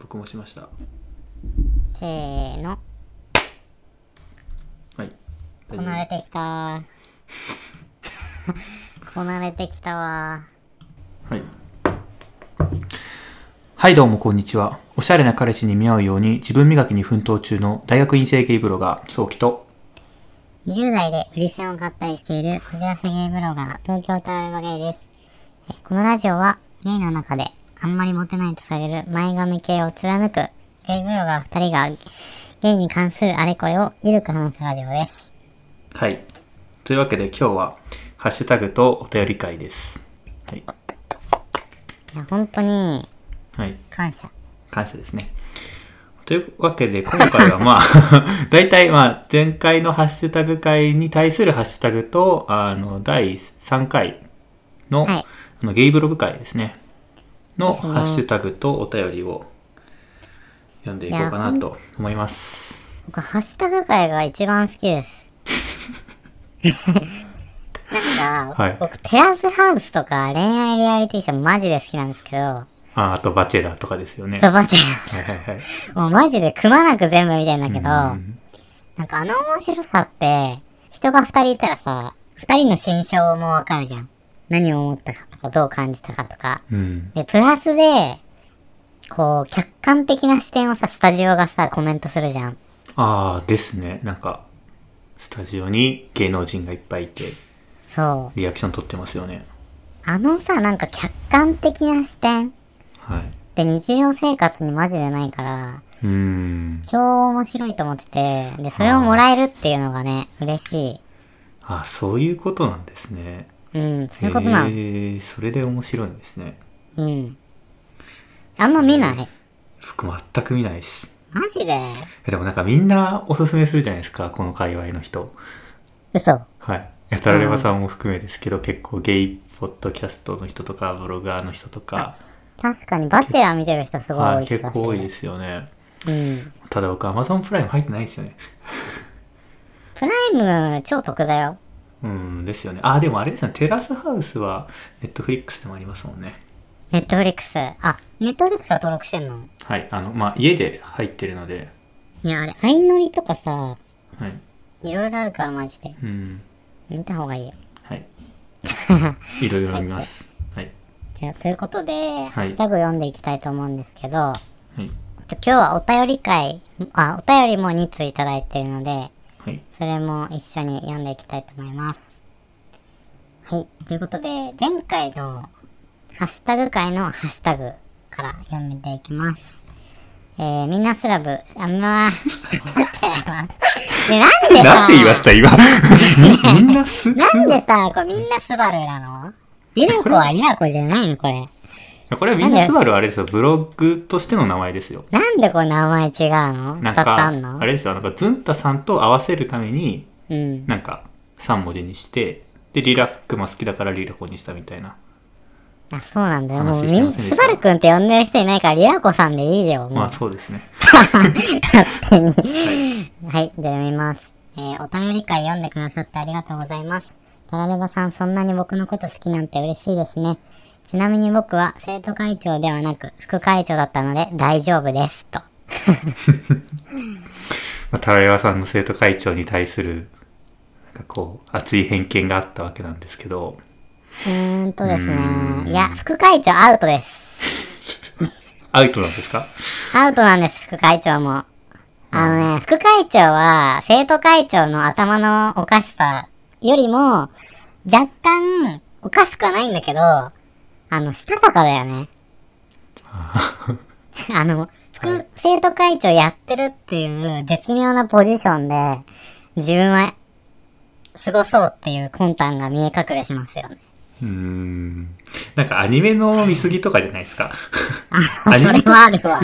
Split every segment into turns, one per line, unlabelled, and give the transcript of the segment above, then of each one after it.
僕もしました
せーの
はい
こなれてきた こなれてきたわ
はい。はい、どうもこんにちは。おしゃれな彼氏に見合うように自分磨きに奮闘中の大学院生ゲイブロガー、早期と。
20代で売り線を買ったりしているこじらせゲイブロガー東京タラレバゲイですえこのラジオはゲイの中であんまりモテないとされる前髪系を貫くゲイブロガー2人がゲイに関するあれこれをゆるく話すラジオです
はい。というわけで今日は、ハッシュタグとお便り会です。はい。
いや本当に
はい。
感謝
感謝ですね。というわけで、今回はまあ、 大体まあ、前回のハッシュタグ会に対するハッシュタグと、あの、第3回の、
はい
あのゲイブログ会ですね。の
すね
ハッシュタグとお便りを読んでいこうかなと思います。
僕ハッシュタグ会が一番好きです なんか、
はい
僕テラスハウスとか恋愛リアリティショーマジで好きなんですけど
ああと、バチェラーとかですよね。
そうバチェ
はいはいはい。
ラもうマジでくまなく全部見てんだけど、
うん
なんかあの面白さって、人が二人いたらさ、二人の心象もわかるじゃん。何を思ったかとか、どう感じたかとか。
うん。
で、プラスで、こう、客観的な視点をさ、スタジオがさ、コメントするじゃん。
ああ、ですね。なんか、スタジオに芸能人がいっぱいいて、
そ
リアクション取ってますよね。
う。あのさ、なんか客観的な視点
はい。
って日常生活にマジでないから、
うーん。
超面白いと思ってて、で、それをもらえるっていうのがね、嬉し
ああ、そういうことなんですね。
い。うん、そういうことな
へ
の。
えそれで面白いんですね。
うん。あんま見ない。
僕全く見ないです。
マジで
えでもなんかみんなおすすめするじゃないですか、この界隈の人。
嘘。
はい。やたらればさんも含めですけど、結構ゲイポッドキャストの人とか、ブロガーの人とか、
確かに、バチェラー見てる人すごい
は
多
い、
い気
結
がす
構
る。
多いですよね。
うん。
ただ僕、アマゾンプライム入ってないですよね。
プライム、超得だよ。
うん、ですよね。あ、でもあれですね、テラスハウスは、ネットフリックスでもありますもんね。
ネットフリックス。あ、ネットフリックスは登録してんの
はい。あの、まあ、家で入ってるので、
いや、あれ、相乗りとかさ、
はい。
いろいろあるからマジで。
うん。
見た方がいいよ。
はい。 いろいろ見ます。はい。
じゃあ、ということで、ハ
い
ッシュタグ読んでいきたいと思うんですけど、
はい。
今日はお便り会、あ、お便りも2通いただいてるので、
はい。
それも一緒に読んでいきたいと思います。はい。ということで、前回のハッシュタグ会のハッシュタグから読んでいきます。えー、みんなスラブ、あ んま、ちょっと待ってねなんでさ、
なんて言いました今みみんなす、す、
なんでさ、これみんなスバルなのリラコはリラコじゃないのこれ。
これはみんなスバルはあれですよ、ブログとしての名前ですよ。
なんでこれ名前違うの
な
二
ん
つあ
か、
んの
あれですよ、なんかズンタさんと合わせるために、
うん。
なんか3文字にして、で、リラックマ好きだからリラコにしたみたいな。
あ、そうなんだよ。もう
話
み
して
ん、
ませんで
ス
した
バルくんって呼んでる人いないから、リラコさんでいいよ。もう
まあそうですね。
勝手に。
はい。
はい、じゃあ読みます。えーお便り会読んでくださってありがとうございます。タラレバさん、そんなに僕のこと好きなんて嬉しいですね。ちなみに僕は生徒会長ではなく副会長だったので大丈夫です。と。
まあ、タラヤワさんの生徒会長に対する、なんかこう、熱い偏見があったわけなんですけど、
うーんとですね。いや、副会長アウトです。
アウトなんですか
アウトなんです、副会長も。あのね、副会長は生徒会長の頭のおかしさよりも若干おかしくはないんだけど、あの、したたかだよね。あの、副生徒会長やってるっていう絶妙なポジションで、自分は過ごそうっていう魂胆が見え隠れしますよね。
うーん。なんかアニメの見過ぎとかじゃないですか。アニ
それ
メと
はあるわ。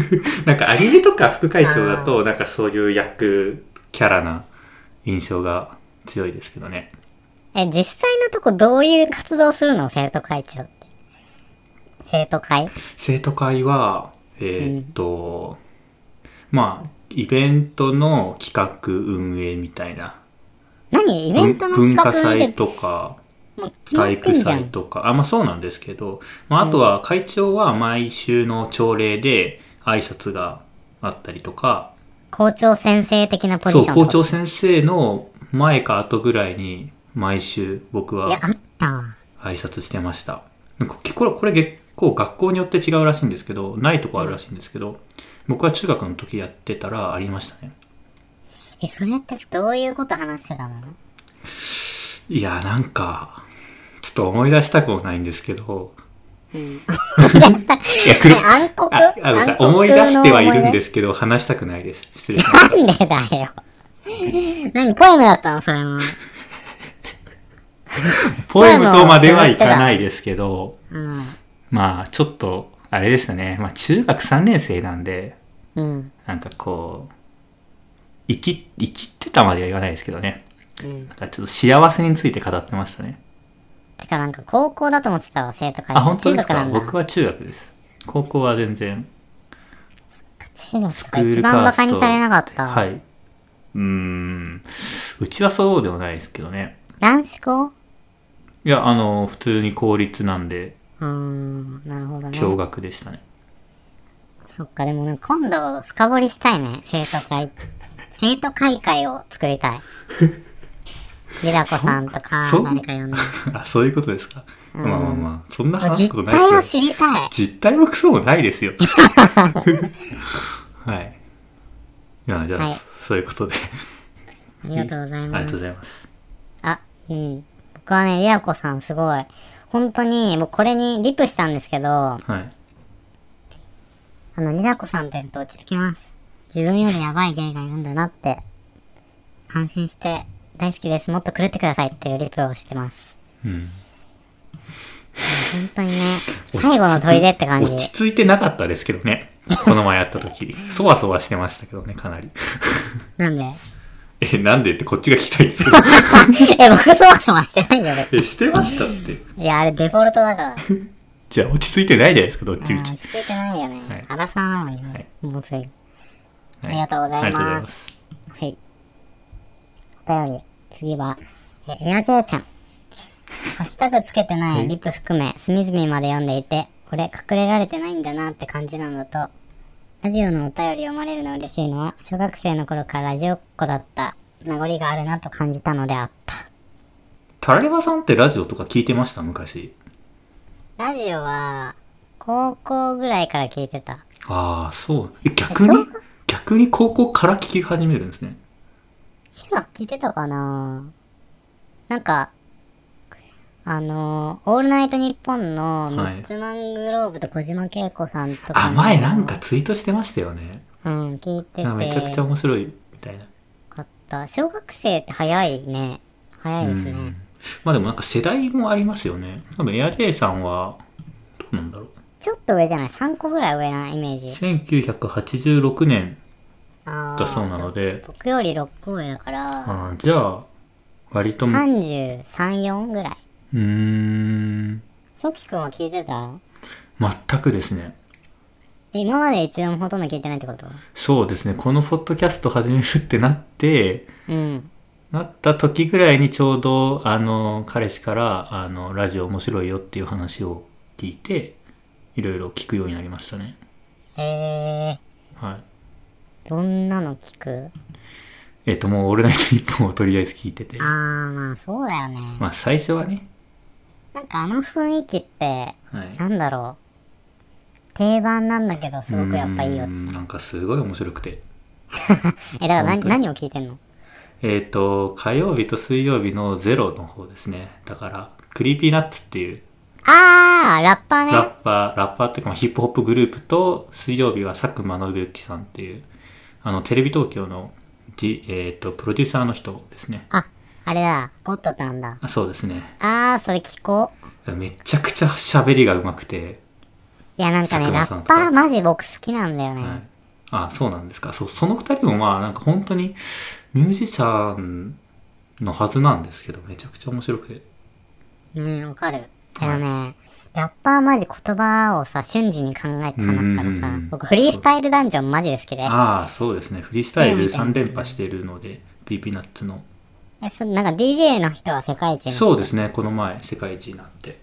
なんかアニメとか副会長だと、なんかそういう役、キャラな印象が強いですけどね。
え、実際のとこどういう活動するの生徒会長って。生徒会
生徒会は、えーっと、まあ、イベントの企画運営みたいな。
何イベントの
文
企
化
画
祭
で
とか、
もう決まっ
体
て
育
んじゃ
祭
ん。
とか、あ、まあそうなんですけど、まああとは会長は毎週の朝礼で、挨拶があったりとか、
校長先生的なポジ
そう、
ションって
校
こ
長
と
先生の前か後ぐらいに毎週僕
い
は
やあったわ
挨拶してました。なんかこれこれ結構学校によって違うらしいんですけど、ないとこあるらしいんですけど、僕は中学の時やってたらありましたね。
えそれってどういうこと話してた の
いや、なんか、ちょっと思い出したくもないんですけど、いや、く
え暗黒
あ、あごめんなさい
暗黒の
思い出してはいるんですすけど、話したくないです。失礼しました。
なんでだよ 何ポエムだったのそれも
ポエムとまではいかないですけど、
うん
まあ、ちょっと、あれでしたね。まあ、中学3年生なんで、
うん
なんかこう、生き、生きてたまでは言わないですけどね。
うん
なんかちょっと幸せについて語ってましたね。
てかなんか高校だと思ってたわ生徒会
あ、本当
中
です
学な
か
んだ
僕は中学です。高校は全然、
中学と
ク
か
ー
一
ル
番
カー
バ
スト
カにされなかったわ、
はい。うーん。うちはそうではないですけどね。
男子校
いや、あの、普通に公立なんで、
うーんなるほどね
共学でしたね。
そっかでもなんか今度深掘りしたいね生徒会生徒会会を作りたいリラコさんとか
そ
誰か呼んで
あ、そういうことですか。まあまあまあ、そんな話すこと
実
ないですけ
態
ど
を。知りたい
実態もクソもないです よ。はい。いや、じゃあ、
はい
そそういうことで、
ありがとうござい
あり
ま
がとう
す
ございます。
あ、うん。僕はね、リアコさんすごい。本当に、もうこれにリプしたんですけど、あ
はい。
の、リアコさん出ると落ち着きます。自分よりやばいゲイがいるんだなって、安心して、大好きです。もっと狂ってくださいっていうリプをしてます。
うん。
本当に ね、最後の砦って感じ。
落ち着いてなかったですけどね。この前会った時、そわそわしてましたけどね、かなり。
なんで
え、なんでってこっちが聞きたいんですけど。
え、僕そわそわしてないよ、別
え、してましたって。
に。いや、あれデフォルト だから。あー
じゃあ、落ち着いてないじゃないですか、どっちみ
落
ち。
ち着いてないよね
はい。
荒さなのにね。もうすぐ。あ
はい
りがとうございます
ありがとうございます。
はい。お便り、次は、えエアジェイさん。ハッシュタグつけてないリプ含め、隅々まで読んでいて、俺隠れられてないんだなって感じなのと、ラジオのお便り読まれるの嬉しいのは、小学生の頃からラジオっ子だった名残があるなと感じたのであった。
タラレバさんってラジオとか聞いてました昔。
ラジオは、高校ぐらいから聞いてた。
ああ、そう。え、逆
えそう
に逆に高校から聞き始めるんですね。
中学聞いてたかななんか、あのーオールナイトニッポンのミ
はい
ッツマングローブと小島慶子さんとか、
あ、前なんかツイートしてましたよね。
うん、聞いて
なんかめちゃくち
て
ゃ面白いみたいな。
かった。小学生って早いね。早いですね。
まあでもなんか世代もありますよね。多分エアジェイさんは、どうなんだろう。
ちょっと上じゃない ?3 個ぐらい上なイメージ。
1986年
あ
だ
あ、
そうなので、
僕より6個上だから、
あーじゃあ、割と、うー
33、4ぐらい。
ん、
ソキ君は聞いてた
全くですね。
今まで一度もほとんど聞いてないってこと
そうですね。このポッドキャスト始めるってなって、
うん。
なった時ぐらいにちょうど、あの、彼氏から、あの、ラジオ面白いよっていう話を聞いて、いろいろ聞くようになりましたね。
え
はい。
ー、どんなの聞く
えっ、と、もう、オールナイトニッポンをとりあえず聞いてて。
あーまあそうだよね
まあ、最初はね。
なんかあの雰囲気って
はい。
なんだろう定番なんだけどすごくやっぱいいよ
うーんなんかすごい面白くて。
えだか
本
ら何
当に
何を聞いてんの
えっ、と、火曜日と水曜日のゼロの方ですね。だから、クリーピーナッツっていう、
あーラッパーね
ラッパー、ラッパーっていうか、まあヒップホップグループと、水曜日は佐久間信之さんっていう、あの、テレビ東京の、じえっ、と、プロデューサーの人ですね。
ああれだゴッドタンだ
あそうですね。
あーそれ聞こう
めちゃくちゃ喋りが上手くて、
いやなんか
佐久
ね
間
ラ
さん
ッ
とか
パーマジ僕好きなんだよね、
はい、あそうなんですかそうその二人もまあなんか本当にミュージシャンのはずなんですけどめちゃくちゃ面白くて
うんわかるけどね、ラッパーマジ言葉をさ瞬時に考えて話すから
うんうんう
さ
ん
僕フリースタイルダンジョンマジで好きで
ああそうですねフリースタイル
そう
3
みたい
連覇してるのでクリーピーナッツの
えそなんか DJ の人は世界一の
そうですねこの前世界一になって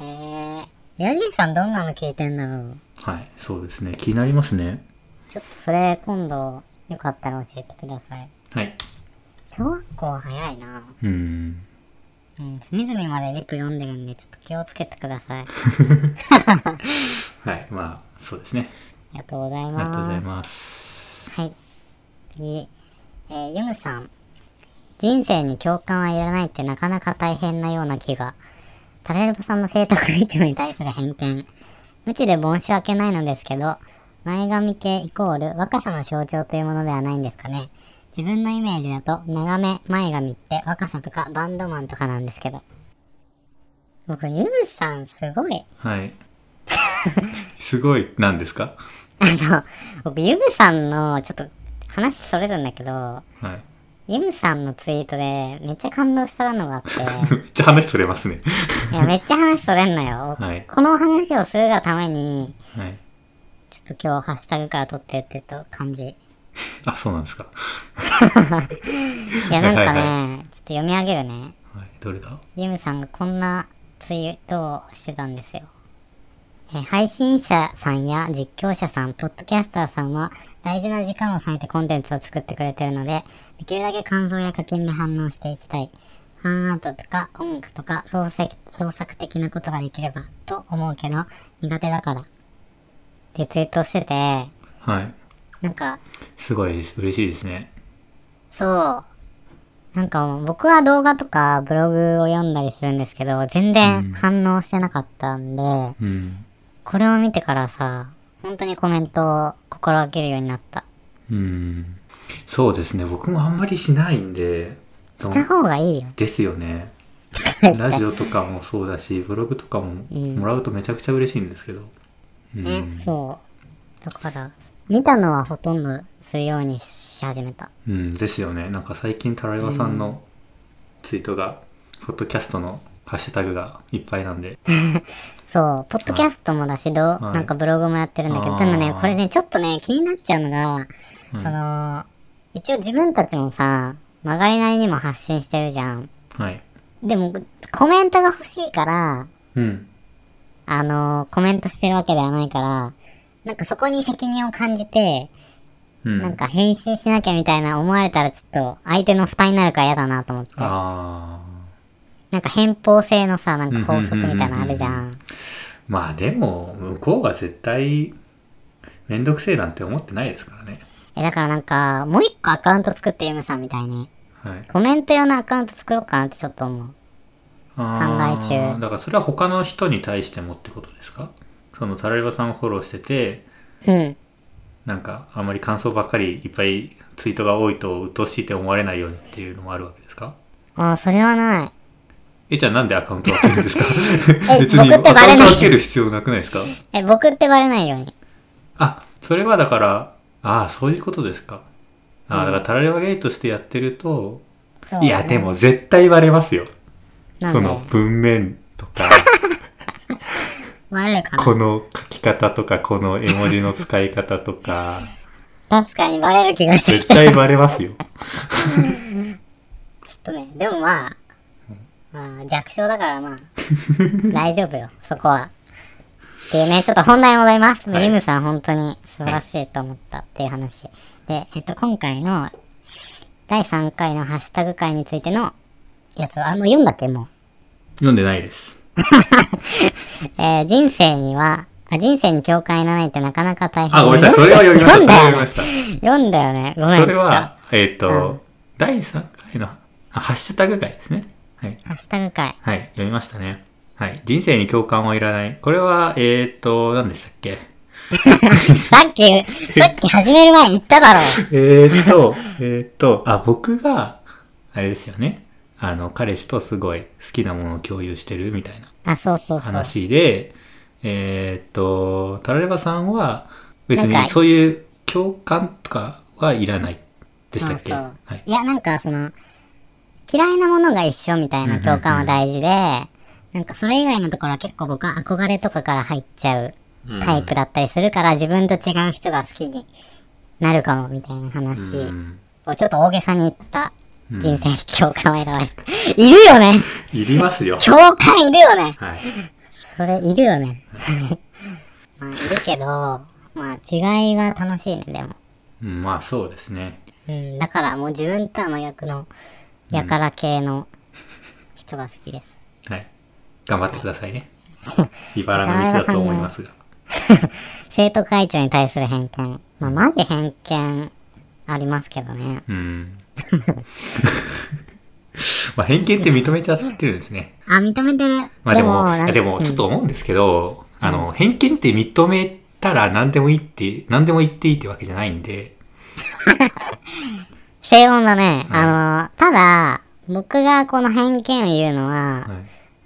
へえ。ヤジさんどんなの聞いてんだろう
はい、そうですね。気になりますね。
ちょっとそれ今度よかったら教えてください。
はい。
小学校は早いな
うん。
うん、隅々までリプ読んでるんでちょっと気をつけてください。
はい、まあ、そうですね。
ありがとうござい
ありがとうござい
ま
ます。
す。はい。次。えーユムさん。人生に共感はいらないってなかなか大変なような気が。タラレバさんの性格影響に対する偏見。無知で申し訳ないのですけど、前髪系イコール若さの象徴というものではないんですかね。自分のイメージだと、長め前髪って若さとかバンドマンとかなんですけど。僕、ユムさんすごい。
はい。すごい、なんですか
あの、僕、ユムさんの、ちょっと話それるんだけど、
はい。
ユムさんのツイートでめっちゃ感動したのが あって、
めっちゃ話取れますね。
いや、めっちゃ話それんのよ。
はい
この話をするがために、
はい。
ちょっと今日ハッシュタグから撮ってってた感じ。い
あ、そうなんですか。
や、なんかね、
はい
ちょっと読み上げるね。
はい、どれだ
ユムさんがこんなツイートをしてたんですよ。えー配信者さんや実況者さん、ポッドキャスターさんは大事な時間を割いてコンテンツを作ってくれてるので、できるだけ感想や課金で反応していきたい。ファンアートとか音楽とか創作創作的なことができればと思うけど苦手だから。ってツイートしてて、
はい。
なんか、
すごいです。嬉しいですね。
そう。なんかもう僕は動画とかブログを読んだりするんですけど、全然反応してなかったんで、
うん。
これを見てからさ、本当にコメントを心がけるようになった。
うん。そうですね。僕もあんまりしないんで。
した方がいいよ。
ですよ ね。ラジオとかもそうだし、ブログとかも
うん
もらうとめちゃくちゃ嬉しいんですけど。うん
ね、そう。だから、見たのはほとんどするようにし始めた。
うん、ですよね。なんか最近、タライワさんのツイートが、ポッドキャストのハッシュタグがいっぱいなんで。
そう、ポッドキャストもだし、どう、
はい
なんかブログもやってるんだけど、
あー
ただね、これね、ちょっとね、気になっちゃうのが、
うん
その、一応自分たちもさ、曲がりなりにも発信してるじゃん。
はい。
でも、コメントが欲しいから、
うん。
あのコメントしてるわけではないから、なんかそこに責任を感じて、
うん。
なんか返信しなきゃみたいな思われたらちょっと相手の負担になるから嫌だなと思って。
あ
なんか偏方性のさ、なんか法則みたいなのあるじゃ。
うんうんあ。まあでも、向こうは絶対、めんどくせえなんて思ってないですからね。
え、だからなんか、もう一個アカウント作って M さんみたいに、
はい。
コメント用のアカウント作ろうかなってちょっと思う。
あー
考え中
だからそれは他の人に対してもってことですかそのタライバさんをフォローしてて、
うん。
なんかあまり感想ばっかりいっぱいツイートが多いと鬱陶しいって思われないようにっていうのもあるわけですか
あーそれはない。
え、じゃあなんでアカウント分けるんですか
え
別にア
僕っ
カ
てバ
ウ
レ
ン
な
ト
い
分ける必要なくないですか
え、僕ってバレないように。
あ、それはだから、ああ、そういうことですか。ああ、だからタラレバゲイとしてやってると、
そう
いや、でも、絶対バレますよ。
なん
そ
で
の文面とか、
バレるか
この書き方とか、この絵文字の使い方とか、
な確かにバレる気がしてき
絶
た。ちょ
対バレますよ。
っとね、でもまあ、まあ、弱小だから まあ、大丈夫よ、そこは。っていうね、ちょっと本題に戻ります。
はい
ユムさん本当に素晴らしいと思ったっていう話。で、えっと、今回の第3回のハッシュタグ会についてのやつを、あ、もう読んだっけもう。
読んでないです。
えー人生には、あ、人生に境界のないってなかなか大変。
あ、ごめんなさい。それは読みました。それは読みました。
読んだよね。読んだよね。ごめん
それ
ちょっ
は、えっ
う
と、第3回の、あハッシュタグ回ですね。はい。
とハッシュタグ会。
はい、読みましたね。はい。人生に共感はいらない。これは、えーっと、何でしたっけ
さ っき、さっき始める前に言っただろう。
えーっ と、えーっと、あ、僕が、あれですよね。あの、彼氏とすごい好きなものを共有してるみたいな
あ、そうそうそう。
話で、えーっと、タラレバさんは、別に
なんか
そういう共感とかはいらないでしたっけ
そうそう
はい。
いや、なんかその、嫌いなものが一緒みたいな共感は大事で、なんかそれ以外のところは結構僕は憧れとかから入っちゃうタイプだったりするから、自分と違う人が好きになるかもみたいな話
うん
をちょっと大げさに言った人生に共感はいら ない。いるよね
いりますよ。
共感いるよね
はい。
それいるよね。 まあ、いるけど、まあ、違いが楽しいね、でも。
うんまあそうですね。
うん、だからもう自分とは真逆の、やから系の人が好きです。
はい。頑張ってくださいね。 茨の道だと思いますが。
生徒会長に対する偏見。まあ、マジ偏見ありますけどね。
うん。 まあ偏見って認めちゃってるんですね。
あ、認めてる。
まあでも、い
なん
やでもちょっと思うんですけど、あの、偏見って認めたら何でもいいって、何でも言っていいってわけじゃないんで、
正論だね。あの、ただ、僕がこの偏見を言うのは、
はい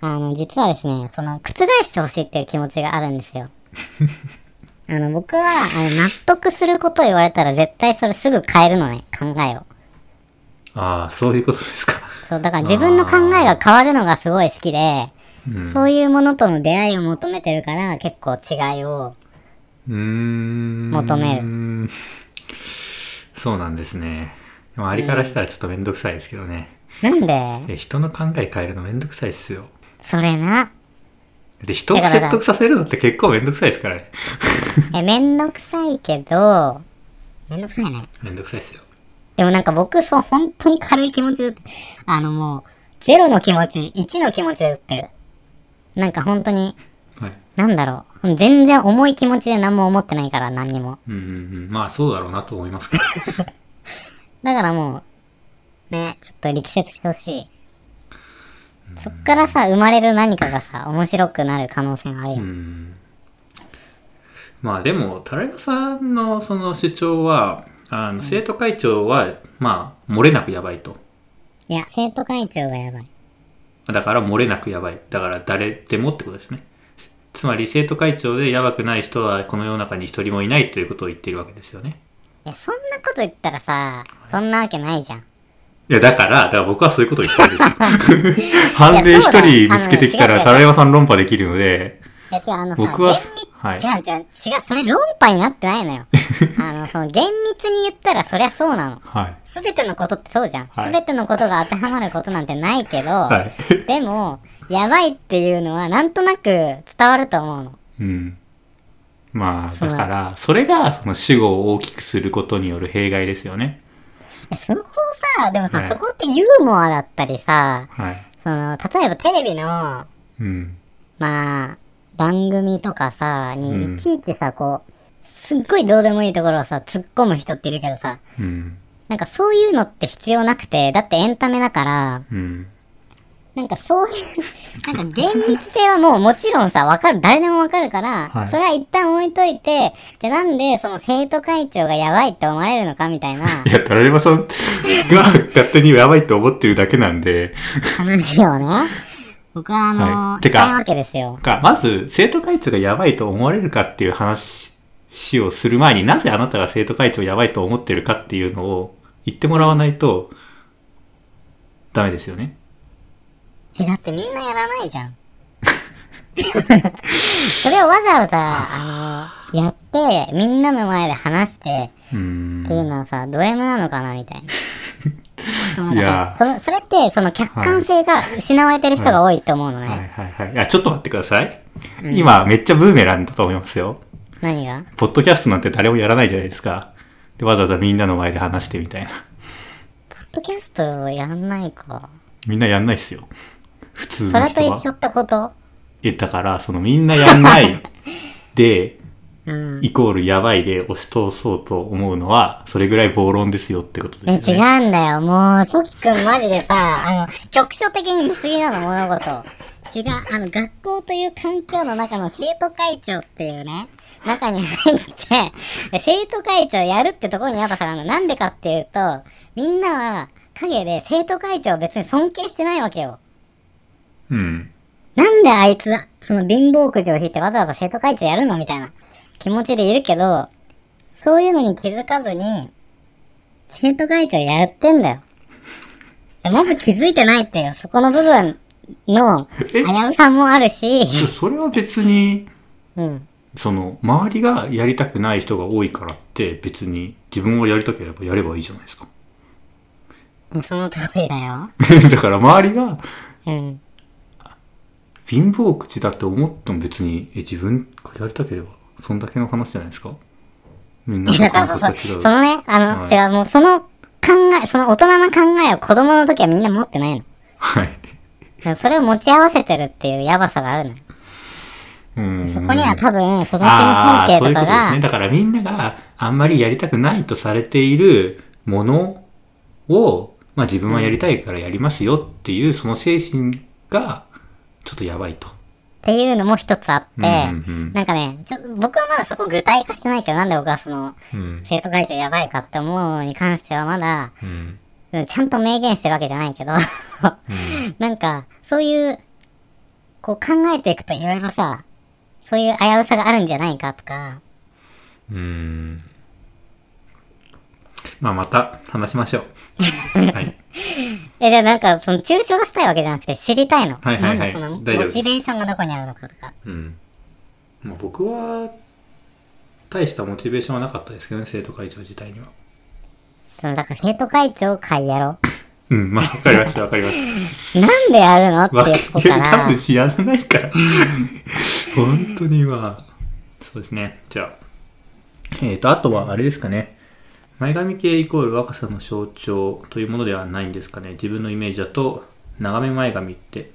あの、実はですね、その、覆してほしいっていう気持ちがあるんです よ。あの、僕は、あの、納得することを言われたら絶対それすぐ変えるのね、考えを。
ああ、そういうことですか。
そう、だから自分の考えが変わるのがすごい好きで、
うん。
そういうものとの出会いを求めてるから、結構違いを。
うーん
求め
そうなんですね。でもありからしたらちょっとめんどくさいですけどね。
なんで
え人の考え変えるのめんどくさいっすよ。
それ な。
で、人を
だから
説得させるのって結構めんどくさいですからね。
え、めんどくさいけど、めんどくさいね。
めんどくさいっすよ。
でもなんか僕、そう、本当に軽い気持ちで打って、あのもう、ゼロの気持ち、1の気持ちで打ってる。なんか本当に、
はい。
なんだろう。全然重い気持ちで何も思ってないから、何にも。
うんうんうん。まあそうだろうなと思いますけど。
だからもう、ね、ちょっと力説してほしい。そっからさ、生まれる何かがさ、面白くなる可能性があるよ。
うんまあでもタライバさんのその主張はあの生徒会長はまあ漏れなくやばいと
いや、生徒会長がやばい。
だから漏れなくやばいだから誰でもってことですねつまり生徒会長でやばくない人はこの世の中に一人もいないということを言ってるわけですよね
いや、そんなこと言ったらさ、そんなわけないじゃん。
いやだからだから僕はそういうことを言って るんですよ 判例一人見つけてきた
い
ら
やそうだあのね違う違う
タライバさん論破できるので
いや、違う、あのさ、
僕は
厳密
はい
違う違う、違う、それ論破になってないの よ。あの、その厳密に言ったらそりゃそうなの。
はい
すべてのことってそうじゃん。
はい
すべてのことが当てはまることなんてないけど、
はい
でも、やばいっていうのはなんとなく伝わると思うの。
うんまあ
う
だからそれがその死後を大きくすることによる弊害ですよね
えそこをさ、でもさ、
はい
そこってユーモアだったりさ、
はい
その、例えばテレビの、ま
うん。
あ、番組とかさ、
う
に
ん
いちいちさ、こう、すっごいどうでもいいところをさ、突っ込む人っているけどさ、
うん。
なんかそういうのって必要なくて、だってエンタメだから、
うん。
なんかそういう、 なんか厳密性はもうもちろんさ、わかる、誰でもわかるから、
はい
それは一旦置いといて、じゃあなんでその生徒会長がやばいって思われるのかみたいない
や、タラレバさ んが勝手にやばいと思ってるだけなんで、
話をね、僕はあの
はいて
し
か
たいわけですよ。
かまず、生徒会長がやばいと思われるかっていう話話をする前になぜあなたが生徒会長やばいと思ってるかっていうのを言ってもらわないと、ダメですよね。
え、だってみんなやらないじゃん。 それをわざわざ、あのやって、みんなの前で話して、
うーん
っ。ていうのはさ、ド M なのかなみたいな。しか もなん
いや
かさそそれって、その客観性が失われてる人が多いと思うのね。
はいはいはい。いや、ちょっと待ってください。今、めっちゃブーメランだと思いますよ。
何が
ポッドキャストなんて誰もやらないじゃないですか。でわざわざみんなの前で話してみたいな。
ポッドキャストをやんないか。
みんなやんないっすよ。普通の
それと
人は
一。緒ってこと
え、だから、そのみんなやんない で、
うん。
イコールやばいで押し通そうと思うのは、それぐらい暴論ですよってこと
え、
です
違
よね。
うんだよ。もう、ソキくんマジでさ、あの、局所的に見すぎなの、物事。違う、あの、学校という環境の中の生徒会長っていうね、中に入って、生徒会長やるってところにやっぱさ、あの、なんでかっていうと、みんなは、影で生徒会長を別に尊敬してないわけよ。
うん。
なんであいつ、その貧乏くじを引いてわざわざ生徒会長やるのみたいな気持ちでいるけど、そういうのに気づかずに、生徒会長やってんだよ。でまず気づいてないっていう、そこの部分の危
え
うさもあるし、
そそれは別に、
うん。
その、周りがやりたくない人が多いからって、別に自分をやりたければやればいいじゃないですか。
その通りだよ。
だから周りが、
うん。
貧乏口だって思っても別に、え、自分がやりたければそんだけの話じゃないですかみんな
え
の
だか
感
ら
覚
そ
が違。
うそう
う
そ。のね、あの、
はい
違う、もうその考え、その大人の考えを子供の時はみんな持ってないの。
はい。
それを持ち合わせてるっていうやばさがあるのよ。
うん。
そこには多分、育ちの
ああー、
風
そう
景
いう
と
こ
か
とですね。
が、
だからみんながあんまりやりたくないとされているものを、まあ自分はやりたいからやりますよっていうその精神がちょっとやばいと。
っていうのも一つあって、
うんうん
なんかね、ちょ、僕はまだそこ具体化してないけど、なんで僕はその、
うん。うん。
生徒会長やばいかって思うのに関してはまだ、
うん。
うんちゃんと明言してるわけじゃないけど、 なんか、そういう、こう考えていくといろいろさ、そういう危うさがあるんじゃないかとか、
うん。まあまた話しましょう。はい。
え、じゃあなんか、その、抽象したいわけじゃなくて知りたいの。
はいはいはい
なんだ
大丈夫
その、モ
です
チベーションがどこにあるのかとか。
うん。まあ僕は、大したモチベーションはなかったですけどね、生徒会長自体には。
その、だから生徒会長会やろ
うん、まあわかりました、わかりました。
う。なんでやるの って
わ
いうとこか
多
ら
分、知らない から。本当にまあ。そうですね。じゃあ。えっ、と、あとはあれですかね。前髪系イコール若さの象徴というものではないんですかね。自分のイメージだと、長め前髪って、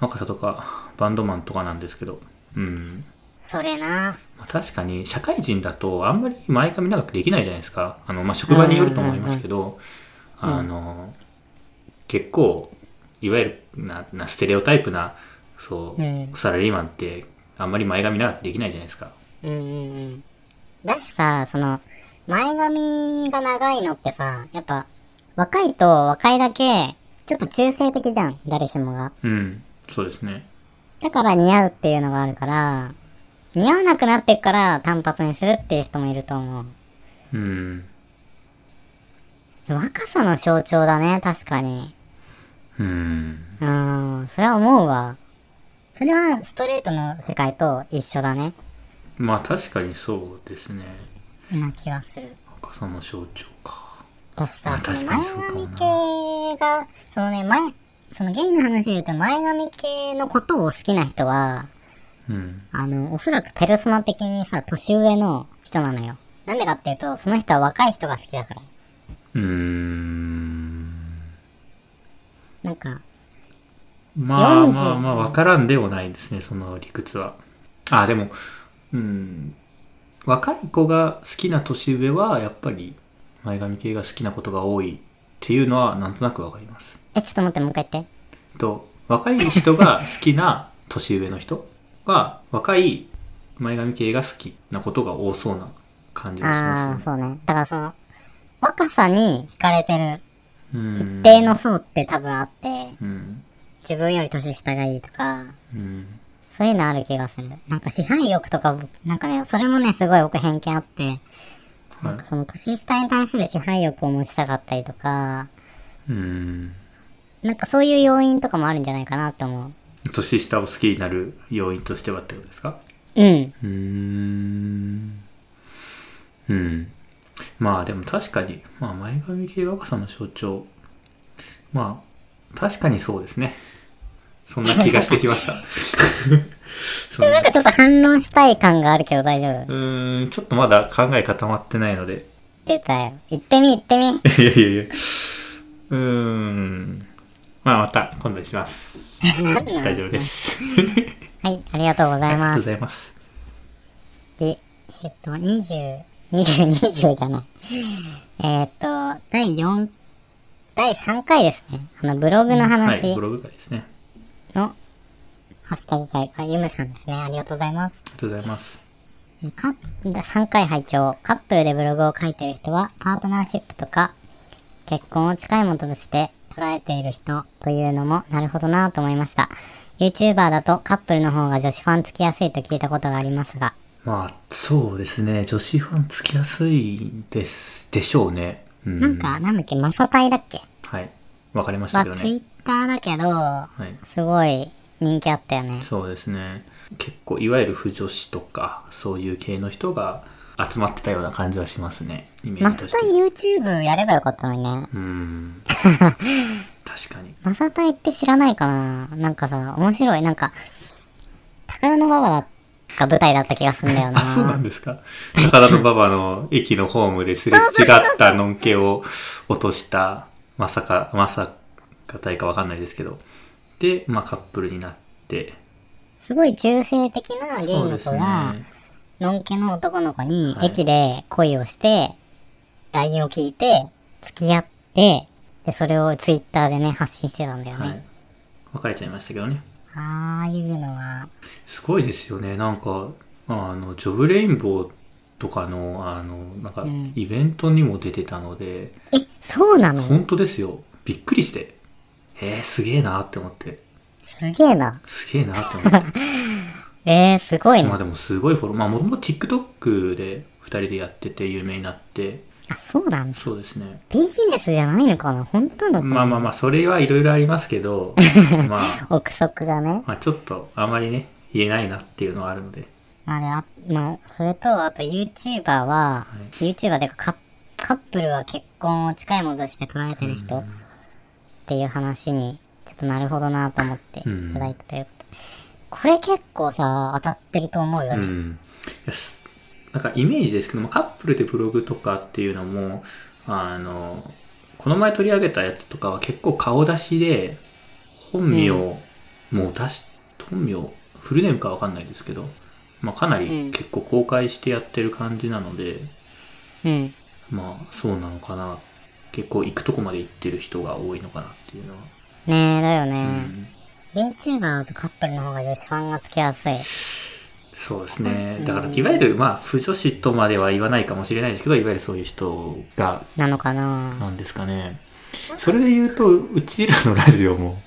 若さとかバンドマンとかなんですけど。うん。
それな。
まあ確かに社会人だとあんまり前髪長くできないじゃないですかあの、まあ、職場によると思いますけど、
んうんうん
あの結構いわゆるななステレオタイプなそう、
うん
サラリーマンってあんまり前髪長くできないじゃないですか
うんうんうん。だしさ、その、前髪が長いのってさ、やっぱ、若いと若いだけ、ちょっと中性的じゃん、誰しもが。
うんそうですね
だから似合うっていうのがあるから、似合わなくなってくから単発にするっていう人もいると思う。
うん
若さの象徴だね、確かに。
うん
うーん、それは思うわ。それはストレートの世界と一緒だね。
まあ確かにそうですね
な気がする。
若さの象徴か
私さ
あ、
その
確かに
前
そうかもな
髪系が、そのね、前、そのゲイの話で言うと前髪系のことを好きな人は、
うん
あの、おそらくペルソナ的にさ、年上の人なのよ。なんでかっていうと、その人は若い人が好きだから。
うーん
なんか、
まあ
40
まあまあ分からんでもないですねその理屈はあでもうん若い子が好きな年上はやっぱり前髪系が好きなことが多いっていうのはなんとなく分かります
え、ちょっと待って、もう一回言って。
と若い人が好きな年上の人は若い前髪系が好きなことが多そうな感じがし
あ
ま
あ、
すね
そうね。だからその、若さに惹かれてる
うん
一定の層って多分あって、
うん
自分より年下がいいとか、
うん
そういうのある気がする。なんか支配欲とか僕、なんかね、それもね、すごい僕偏見あって、
はい
その年下に対する支配欲を持ちたかったりとか、
うん
なんかそういう要因とかもあるんじゃないかなと思う。
年下を好きになる要因としてはってことですか
うん。
うーん。うん。まあでも確かに、まあ前髪系若さの象徴。まあ、確かにそうですね。そんな気がしてきました。そん
な
なん
かちょっと反論したい感があるけど大丈
う
夫。
ーん、ちょっとまだ考え固まってないので。
出たよ。行ってみ、行ってみ。
いやいやいや。うーん。まあまた今度にします。 大丈夫です。
はい、ありがとうござ
あ
い
りがと
ま
うご
す。
ざいます。
で、えっと、20、20、20じゃない。えっと、第4、第3回ですね。あの、ブログの
はい、
話
ブログ会ですね。
の、ハッシュタグ会、あ、ゆむさんですね。ありがとうございます。
ありがとうございます。
えか3回拝聴カップルでブログを書いてる人は、パートナーシップとか、結婚を近いものとして捉えている人というのも、なるほどなぁと思いました。YouTuber だとカップルの方が女子ファンつきやすいと聞いたことがありますが、
まあ、そうですね。女子ファンつきやすいです、でしょうね。うん。
なんか、なんだっけ、マサタイだっけ
はい。わかりまし
ま
た
あ、
けど
ツイ
ね。
ッターだけど、
はい。
すごい人気あったよね。
そうですね。結構、いわゆる不女子とか、そういう系の人が集まってたような感じはしますね。イメー
マ
ジ
サ
として
タイ。YouTube やればよかったのにね。
うん。確かに。
マサタイって知らないかななんかさ、面白い。なんか、高田馬場だっが舞台だった気がするんだよ な。
あ、そうなんですか。高田馬場の駅のホームですれ違ったのんけを落とした、まさか、まさかたいかわかんないですけど。で、まあカップルになって。
すごい中性的なゲイ
そう
の
で
子
すね。
が、のんけの男の子に
はい
駅で恋をして、LINE を聞いて、付き合って、で、それをツイッターでね、発信してたんだよね。
はい。別れちゃいましたけどね。
ああいうのは、
すごいですよね。なんか、あの、ジョブレインボーとかの、あの、なんか
うん、
イベントにも出てたので、
え、そうなの
本当ですよ。びっくりして。えー、すげえなって思って。
すげえな。
すげえなって思 って。
えー、すごい
まあ
な。
でもすごいフォロー。まあもともと TikTok で2人でやってて有名になって、
あ、そうなんだ。
そうですね。
ビジネスじゃないのかな本当なのかな、
まあまあまあ、それはいろいろありますけ ど、まあ、
憶測がね。
まあちょっとあまりね、言えないなっていうのはあるので。
まあ、であまあ、それと、あと YouTuber は、YouTuber でかカカップルは結婚を近いものとして捉えてる人っていう話に、ちょっとなるほどなと思ってい
うん
ただいたということ。これ結構さ、当たってると思うよ
う
ね。
ん。いやすなんかイメージですけども、カップルでブログとかっていうのも、あの、この前取り上げたやつとかは結構顔出しで、本名、
う
もう出し、本名、フルネームかわかんないですけど、まあかな
うん
り結構公開してやってる感じなので、
うん。
まあそうなのかな結構行くとこまで行ってる人が多いのかなっていうのは、
ねえ、だよ
う
ね。
ん
YouTuber とカップルの方が女子ファンがつきやすい。
そうですねだからいわゆるまあ不女子とまでは言わないかもしれないですけどいわゆるそういう人が
なのかな
なんですかねそれで言うとうちらのラジオも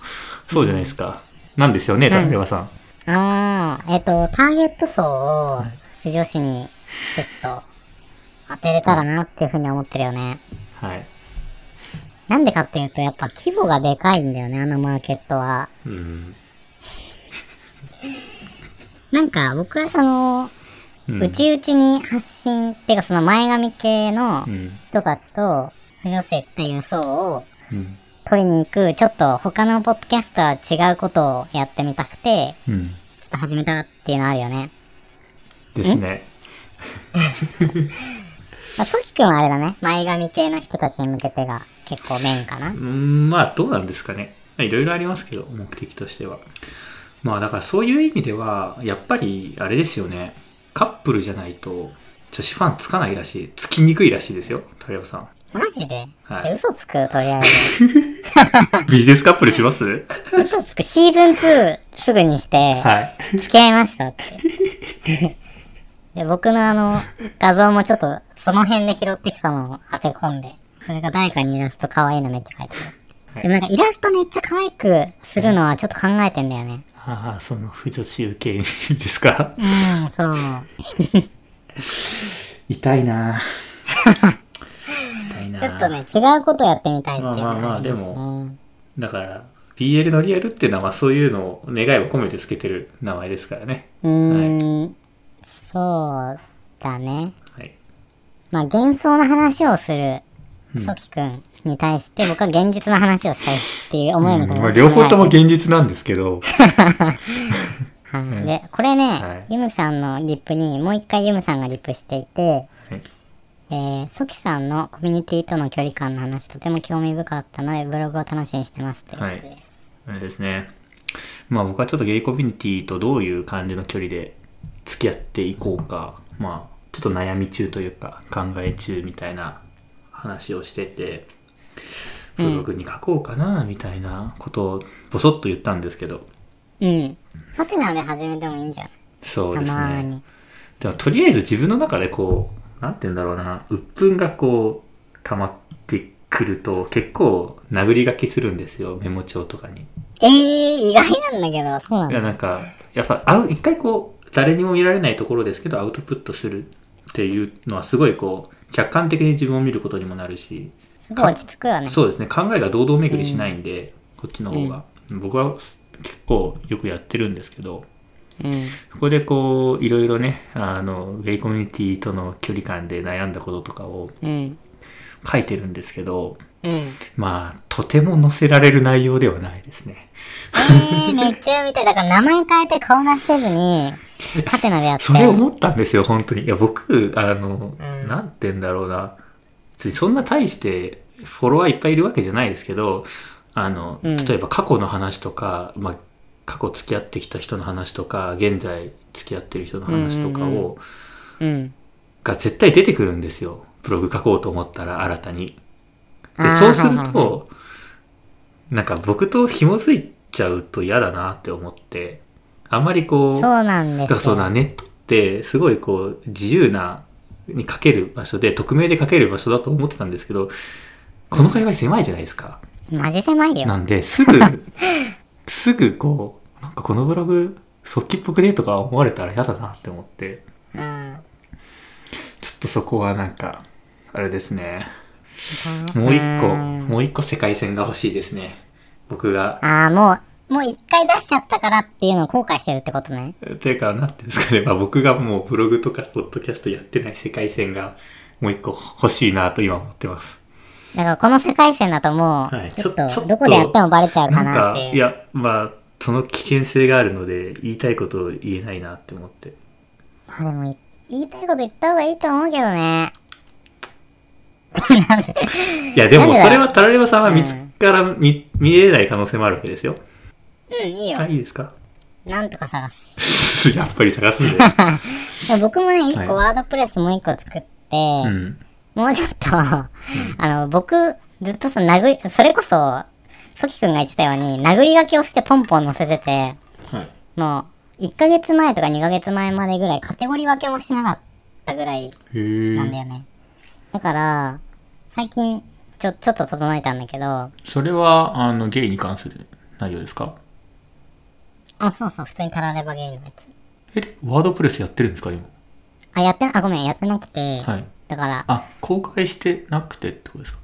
そうじゃないですか、なんですよね
うん
高山さん、
ああ、えっと、ターゲット層を、女子に、ちょっと、当てれたらなっていうふうに思ってるよね。
はい
なんでかっていうと、やっぱ規模がでかいんだよね、あのマーケットは。
うん、
なんか、僕はその、
うん
うちうちに発信、っていうかその前髪系の
うん
人たちと、女子っていう層を
うん
取りに行く、ちょっと他のポッドキャストは違うことをやってみたくて、
うん
ちょっと始めたっていうのあるよね。
ですね
まあ、ソキ君はあれだね、前髪系の人たちに向けてが結構メインかな
う。んまあどうなんですかねいろいろありますけど目的としてはまあだからそういう意味ではやっぱりあれですよねカップルじゃないと女子ファンつかないらしいつきにくいらしいですよ鳥山さん
マジで、
はい
じゃあ嘘つく、とりあえず。
ビジネスカップルします
嘘つく、シーズン2すぐにし て、
はい
付き合いましたって。で、僕のあの、画像もちょっと、その辺で拾ってきたのを当て込んで、それが誰かにイラスト可愛いのめっちゃ描いてる。
はい
でもなんかイラストめっちゃ可愛くするのはちょっと考えてんだよね。
ああその不女子受けですか
うん、そう。
痛いな 痛いな
ちょっとね、違うことやってみたいっていう
まあ
の
まあま
が
あ
ありますね。
でだから BL のリアルっていうのはまあそういうのを願いを込めてつけてる名前ですからね
うーん、そうだね。
はい
まあ幻想の話をする、ソキ君に対して僕は現実の話をしたいっていう思いのこと
まあ、両方とも現実なんですけど、
はい、でこれね、
はい
ユムさんのリップにもう一回ユムさんがリップしていて、
はい
えー、ソキさんのコミュニティとの距離感の話とても興味深かったのでブログを楽しみにしてますということです、
あれですね。まあ僕はちょっとゲイコミュニティとどういう感じの距離で付き合っていこうか、まあちょっと悩み中というか考え中みたいな話をしてて、ブログに書こうかなみたいなことをボソッと言ったんですけど、
うんハテナで始めてもいいんじゃん
そう
た
です
まー
ね。
に
でもとりあえず自分の中でこう、なんて言うんだろうな、鬱憤がこう溜まってくると結構殴り書きするんですよ、メモ帳とかに。
えー、意外なんだけどそうなん
い
だ
やなんかやっぱあう一回こう誰にも見られないところですけどアウトプットするっていうのはすごいこう客観的に自分を見ることにもなるし
すごい落ち着くよね
そうですね考えが堂々巡りしないんで、こっちの方が、僕はす結構よくやってるんですけど
うん
そこでこういろいろねあのゲイコミュニティとの距離感で悩んだこととかを
うん
書いてるんですけど
うん、え
まあとても載せられる内容ではないですね
ー、めっちゃ読みたい。だから名前変えて顔出せずに、ハテナでやって。
それ思ったんですよ、本当に。いや、僕、あの、
うん
なんて言うんだろうな。別にそんな大して、フォロワーいっぱいいるわけじゃないですけど、あの、
うん
例えば過去の話とか、まあ、過去付き合ってきた人の話とか、現在付き合ってる人の話とかを、
うんうんううん。
が絶対出てくるんですよ。ブログ書こうと思ったら新たに。で
あー
そうする
はいはいは
と、なんか僕と紐づいちゃうと嫌だなって思って、あんまりこ、
そうなん
だ
です
からそうだ、ネットってすごいこう自由なに書ける場所で匿名で書ける場所だと思ってたんですけどこの界隈狭いじゃないですか
マジ狭いよ。
なんです ぐすぐこうなんかこのブログ即帰っぽくねとか思われたら嫌だなって思って
うん。
ちょっとそこはなんかあれですねもう一個もう一個世界線が欲しいですね僕が
ああ、もう、もう一回出しちゃったからっていうのを後悔してるってことね。
というかなんていうんですかね、まあ、僕がもうブログとかポッドキャストやってない世界線がもう一個欲しいなと今思ってます
だからこの世界線だとも、
はいう
ちょっ
ちょちょっと
と、どこでやってもバレちゃう
な
か
ん
なっ
か
ていう。
いやまあその危険性があるので言いたいことを言えないなって思って
まあでもい、言いたいこと言った方がいいと思うけどね。
いやで
なん
も
でだ
それはタラレバさんは見つ
うん
から見,、見れない可能性もあるわけですよ
うん、いいよ
あ。いいですか
なんとか探す。
やっぱり探すんです、
でも僕もね、一個
は
ワードプレスもう一個作って、
うん、
もうちょっと、 あの、僕、ずっとその殴り、それこそ、ソキくんが言ってたように、殴り書きをしてポンポン載せてて、
はい
もう、1ヶ月前とか2ヶ月前までぐらいカテゴリー分けもしてなかったぐらい
へ
なんだ
ー
よね。だから、最近、ちょ、ちょっと整えたんだけど、
それはあのゲイに関する内容ですか
あ、そうそう、普通にタラレバゲイのやつ。
えワードプレスやってるんですか今
あ、やってな、あ、ごめん、やってなくて、
はい
だから、
あ公開してなくてってことですか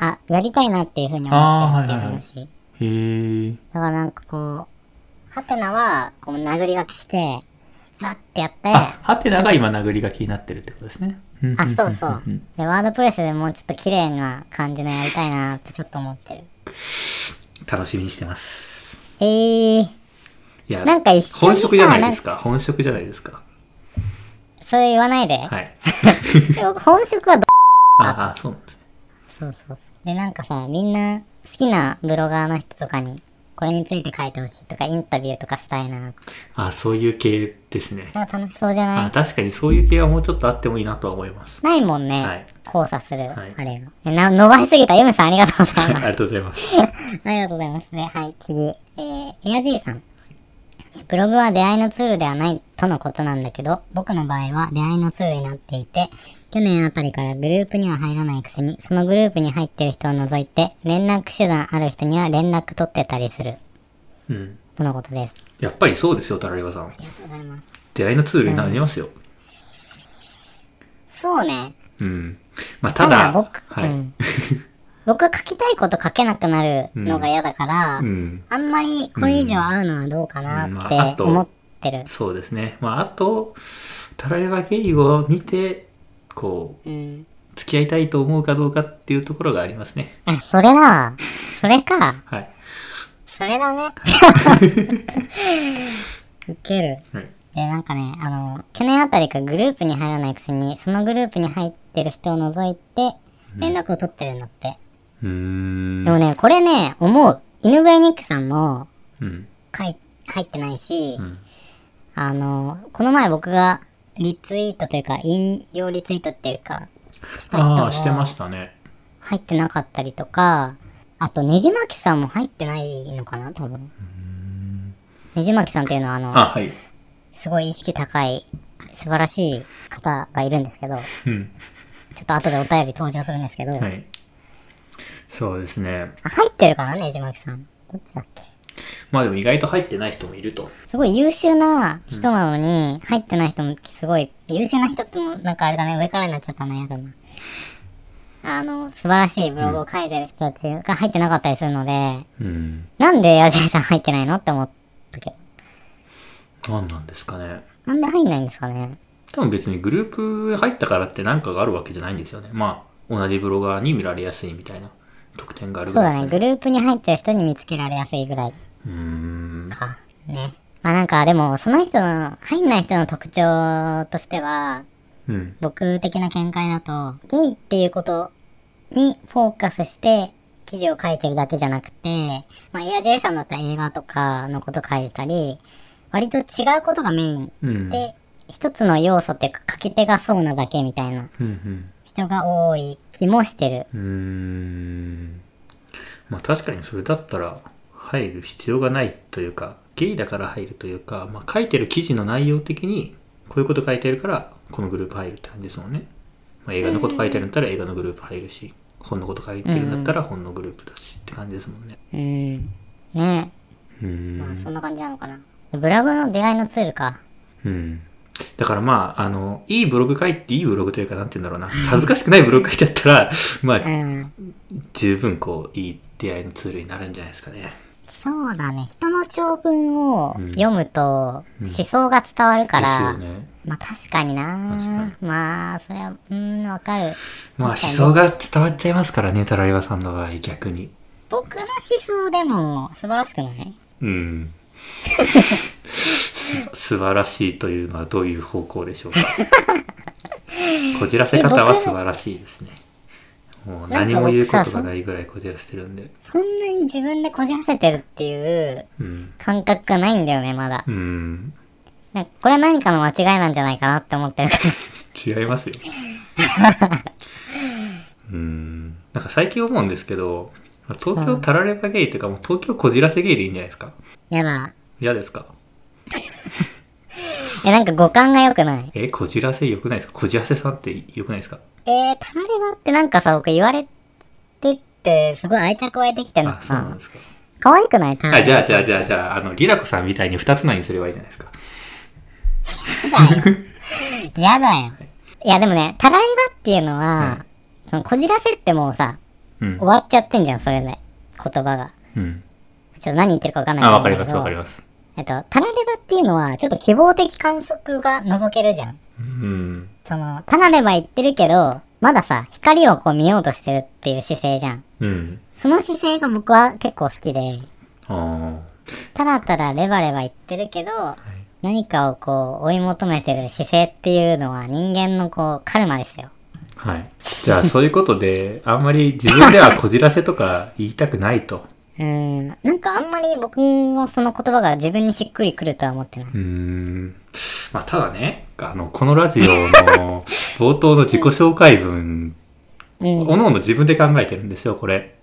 あ、やりたいなっていうふうに思ってるって
あーはいは
いう
いはい
話。
へえ
だからなんかこう、ハテナは、こう、殴り書きして、ザッてやって、
あハテナが今殴り書きになってるってことですねうん
あ、そうそうん
ん。
で、ワードプレスでもうちょっと綺麗な感じのやりたいなってちょっと思ってる。
楽しみにしてます
えー、
いや
なんか一緒にさ
本職じゃないですか本職じゃないですか
それ言わないで。
はい
で僕本職はど、
ああそうなんですね
そうそうそう。で、なんかさ、みんな好きなブロガーの人とかに、これについて書いてほしいとか、インタビューとかしたいな。
あそういう系ですね
なんか楽しそうじゃな
あ
い
確かにそういう系はもうちょっとあってもいいなとは思います
ないもんね。
はい
交差する、
はい
あれが。えな、伸ばしすぎた。ゆめさんありがとうござ
はいい
ま す
ありがとうございます
ありがとうございますね。はい、次。えー、エアジーさん。ブログは出会いのツールではないとのことなんだけど、僕の場合は出会いのツールになっていて、去年あたりからグループには入らないくせに、そのグループに入ってる人を除いて、連絡手段ある人には連絡取ってたりする。
うん
とのことです。
やっぱりそうですよタラレバさん
ありがとうございます。
出会いのツールになりますよ
そうね。
うん、まあただ
僕、
はい、
うん、 僕は書きたいこと書けなくなるのが嫌だから、
うん
あんまりこれ以上会うのはどうかな
うんまああ
って
と
思ってる。
そうですねまああとタラレバゲイを見てこう
うん
付き合いたいと思うかどうかっていうところがありますね
あ、それだわ。それか。
はい、
それだ ね。ウケる。
はい、
で、なんかね、あの、去年あたりからグループに入らないくせに、そのグループに入ってる人を除いて、連絡を取ってるんだって。
うーん
でもね、これね、思う。犬笛ニックさんも、
うん
かい、入ってないし、
ん
あの、この前僕が、リツイートというか、引用リツイートっていうか、した人
あ
も
あしてましたね
入ってなかったりとか、あと、ねじまきさんも入ってないのかな、多分。ねじまきさんっていうのは、あの、
あはい
すごい意識高い、素晴らしい方がいるんですけど、
うん
ちょっと後でお便り登場するんですけど、
はいそうですね
あ入ってるかな、ねじまきさん。どっちだっけ
まあでも意外と入ってない人もいると
すごい優秀な人なのに、入ってない人もすごい、優秀な人ってもなんかあれだね、上からになっちゃったね、やだな。あの、素晴らしいブログを書いてる人たちが入ってなかったりするので、
うん
なんで矢印さん入ってないのって思ったけど。
何なんですかね
なんで入んないんですかね
多分別にグループ入ったからって何かがあるわけじゃないんですよねまあ同じブロガーに見られやすいみたいな特典がある
そうだね、
です
グループに入ってる人に見つけられやすいぐらい
ねうーん
か。ね。まあなんかでも、その人の、入んない人の特徴としては、
うん。
僕的な見解だと、ゲイっていうことにフォーカスして記事を書いてるだけじゃなくて、まあ、AirJ さんだったら映画とかのこと書いてたり、割と違うことがメイン
うん。
で、一つの要素っていうか、書き手がそうなだけみたいな
うん
人が多い気もしてる。
うん。うーん。まあ確かにそれだったら入る必要がないというか、ゲイだから入るというか、まあ書いてる記事の内容的に、こういうこと書いてるから、このグループ入るって感じですもんね。まあ映画のこと書いてるんだったら映画のグループ入るし、本のこと書いてるんだったら本のグループだしって感じですもんね。
うん。ね
う
え。
ん
まあ、そんな感じなのかな。ブログの出会いのツールか。
うん。だからまあ、あの、いいブログ書いて、いいブログというか、なんて言うんだろうな。恥ずかしくないブログ書いてあったら、ま
う
あ、
ん。
十分こう、いい出会いのツールになるんじゃないですかね。
そうだね。人の長文を読むと思想が伝わるから、
ですよね。
まあ確かにな
確かに
まあそれはうーんわかる
まあ、思
確かに
想が伝わっちゃいますからね、タラリバさんの場合、逆に。
僕の思想でも素晴らしくない
うん。素晴らしいというのはどういう方向でしょうか。 こじらせ方は素晴らしいですね。もう何も言うことがないぐらいこじらせてるんで。
そんなに自分でこじらせてるっていう
うん。
感覚がないんだよねまだ
うん。
なんかこれは何かの間違いなんじゃないかなって思ってるか
違い ますよ。うん。なんか最近思うんですけど、東京タラレバゲイというか、もう東京こじらせゲイでいいんじゃないですから
やだ
嫌ですか
えなんか五感が良くない
え、こじらせ良くないですかこじらせさんって良くないですか
えー、タラレバってなんかさ僕言われてってすごい愛着湧いてきてるの
あ、そうなん
さ
ですか。
可愛くないタラ
あ、
レ
じ
バ
ゃあじゃあじゃあじゃあ、あの、リラコさんみたいに二つなにすればいいじゃないですか。
やだよいやでもねタラレバっていうのは、そのこじらせってもうさ
うん
終。わっちゃってんじゃんそれで言葉が
うん。
ちょっと何言ってるか分かんない
あ、わ
け
か
ど
りますわかります。
えっと、タラレバっていうのは、ちょっと希望的観測が覗けるじゃん。
うん。
その、タラレバ言ってるけど、まださ、光をこう見ようとしてるっていう姿勢じゃん。
うん。
その姿勢が僕は結構好きで、
あ
タラタラレバレバ言ってるけど、何かをこう追い求めてる姿勢っていうのは人間のこうカルマですよ。
あ。はい。じゃあ、そういうことで、あんまり自分ではこじらせとか言いたくないと。。
うーん。なんかあんまり僕はその言葉が自分にしっくりくるとは思ってないう
ーんまあ、ただね、あの、このラジオ の冒頭の自己紹介文、
うん。
おのおの自分で考えてるんですよ、これ。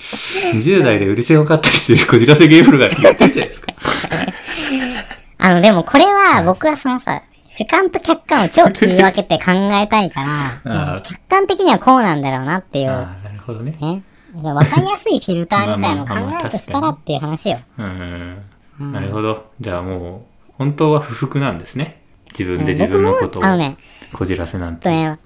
20代で売り線を買ったりしてるこじらせゲームが言ってるじゃないですか。
あの、でもこれは僕はそのさ、主観と客観を超切り分けて考えたいか
あ
ら、
ー
うん客観的にはこうなんだろうなっていう、
ああ、なるほどね。
ね。わかりやすいフィルターみたいのを考
まあまあまあまあ
えるとしたらっていう話よ。
うーん。なるほど。じゃあもう、本当は不服なんですね。自分で自分のことを
僕もあのね、
こじらせなん
ち
て。
ょっとね、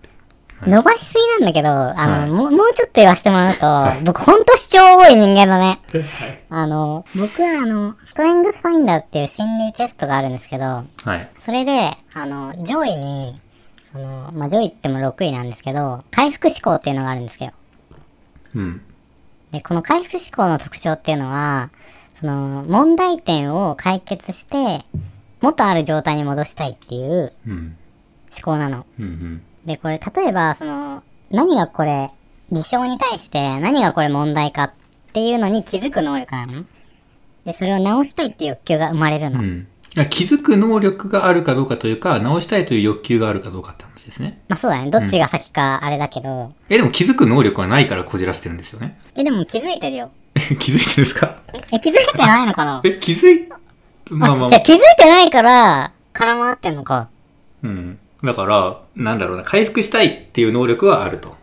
伸ばしすぎなんだけど、あ
はい
の、もうもうちょっと言わせてもらうと、僕ほんと主張多い人間だね。あの、僕はあの、ストレングスファインダーっていう心理テストがあるんですけど、
はい。
それで、あの、上位に、その、まあ、上位っても6位なんですけど、回復思考っていうのがあるんですよ。
うん。
で、この回復思考の特徴っていうのは、その、問題点を解決して、元ある状態に戻したいっていう
うん。
思考なの。
うん。うん。
で、これ、例えば、その、何がこれ、事象に対して、何がこれ問題かっていうのに気づく能力なのね。で、それを直したいっていう欲求が生まれるの。
うん、気づく能力があるかどうかというか、直したいという欲求があるかどうかって話ですね。
まあ、そうだね。どっちが先か、あれだけど、
え、でも気づく能力はないからこじらせてるんですよね。
え、でも気づいてるよ。
え気づいてるんですか
え、気づいてないのかな
え、気づい、 まあまあ
じゃあ、気づいてないから、絡まってんのか。
うん。だから、なんだろうな、回復したいっていう能力はあると。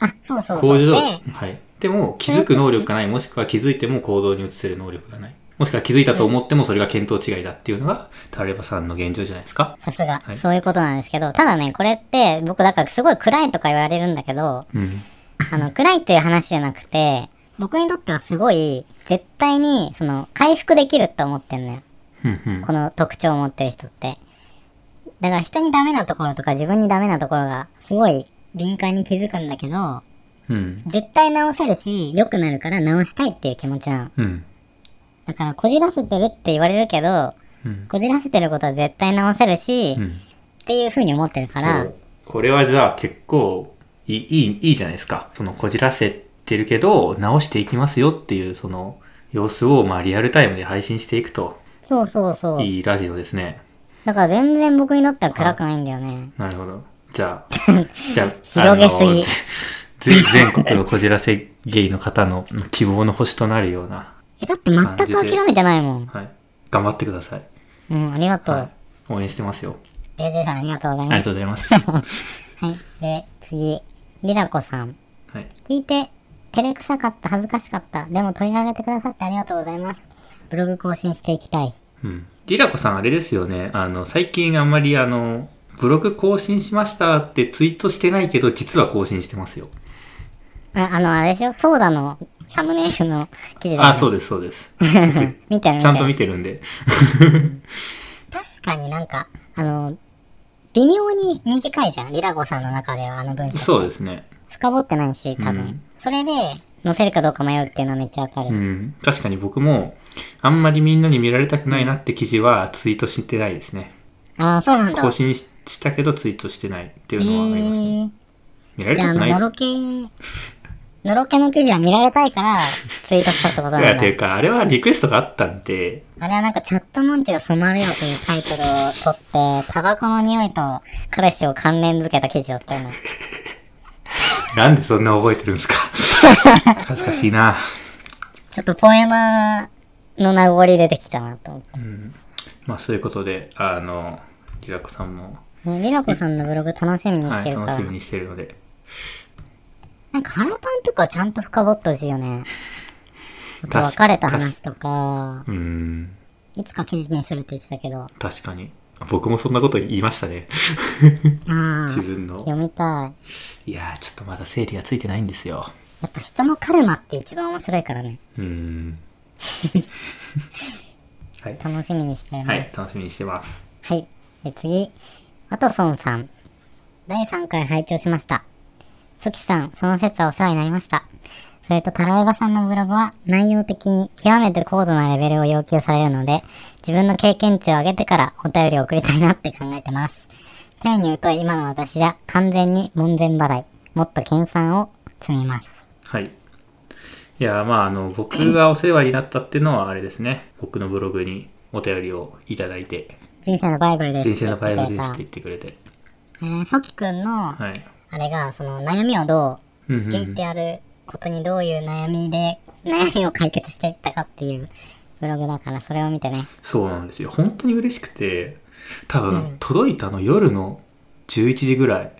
あ、そうそうそ
向
う。で
上、、はい。でも、気づく能力がない、もしくは気づいても行動に移せる能力がない。もしくは気づいたと思ってもそれが見当違いだっていうのが、タラレバさんの現状じゃないですか。
さすが、
はい
そういうことなんですけど、ただね、これって、僕だからすごい暗いとか言われるんだけど、
うん。
あの、暗いっていう話じゃなくて、僕にとってはすごい、絶対に、その、回復できるって思ってんのよ。
うんうん。
この特徴を持ってる人って。だから人にダメなところとか自分にダメなところが、すごい敏感に気づくんだけど、
うん。
絶対直せるし、良くなるから直したいっていう気持ちなの。
うん。
だだから、こじらせてるって言われるけど、
うん。
こじらせてることは絶対直せるし、
う
っ
ん。
ていうふうに思ってるから、
これはじゃあ結構いいいいいいじゃないですかそのこじらせてるけど直していきますよっていうその様子をまあリアルタイムで配信していくと
そうそうそう。
いいラジオですね
だから全然僕にとっては暗くないんだよね。
なるほどじゃ あじゃあ
広げすぎ
あのぜ全国のこじらせゲイの方の希望の星となるような、
え、だって全く諦めてないもん。
はい、頑張ってください、
うん、ありがと
は
う。
い、応援してますよ
レイジさんありがとうござ
あ
い
り
ま
が
す。
とうございま す、は
はい。で、次。リラコさん。
い、
聞いて、照れくさかった、恥ずかしかった。でも取り上げてくださってありがとうございます。ブログ更新していきたい。
うん。リラコさんあれですよね。あの、最近あんまりあの、ブログ更新しましたってツイートしてないけど、実は更新してますよ。
ああの、あれですよ、ソーダのサムネイルの記事だよね
あ、そうです、そうです。ち
見てる見て
ゃんと
る
見てるんで。
確かになんか、あの、微妙に短いじゃん。リラゴさんの中ではあの文章。
そうですね。
深掘ってないし、多分。
うん
それで、載せるかどうか迷うっていうのはめっちゃわかる。
うん。確かに僕も、あんまりみんなに見られたくないなって記事はツイートしてないですね。
ああ、そうなんだ。
更新ししたけどツイートしてないって
え
いうのはありますね。
ー、
見られ
じ
た
ゃあ、あ
く
の、
ない
のろけ、のろけの記事は見られたいから、ツイートしたってことなん
いや、
だ
て。いうか、あれはリクエストがあったんで、
あれはなんか、チャットモンチが染まるよというタイトルを取って、タバコの匂いと彼氏を関連づけた記事だったよね。
なんでそんな覚えてるん ですか恥ずかしいな。
ちょっとポエマーの名残出てきたなと思って。
まあ、そういうことで、あの、リラコさんも、
ね、りらこさんのブログ楽しみにし
は
て
い、
るから。
楽しみにしてるので。
なんか腹パンとかちゃんと深掘ってほしいよね。あと
確
別れた話とか、
うーん、
いつか記事にするって言ってたけど。あ
確かに。僕もそんなこと言いましたね。
あ、
自分
読
の。
みたい。
いやー、ちょっとまだ整理がついてないんですよ。
やっぱ人のカルマって一番面白いからね。
うーん。はい。
楽しみにしてるね。
はい、楽しみにしてます。
はい。で次、ワトソンさん。第3回拝聴しました。ソキさん、その説はお世話になりました。それと、タラレバさんのブログは内容的に極めて高度なレベルを要求されるので、自分の経験値を上げてからお便りを送りたいなって考えてます。さらに言うと、今の私じゃ完全に門前払い。もっと研鑽を積みます。
はい。いやー、まあ、あの、僕がお世話になったっていうのは、あれですね。僕のブログにお便りをいただいて、
人生のバイブルです。
人生のバイブルですって
え
言ってくれて。
ーソキくんの、あ
はい。
れが、その悩みをどう
うんう
ゲイっ
ん
てやることにどういう悩みで悩みを解決していったかっていうブログだからそれを見てね
そうなんですよ。本当に嬉しくて、多分、届いたの夜の11時ぐらい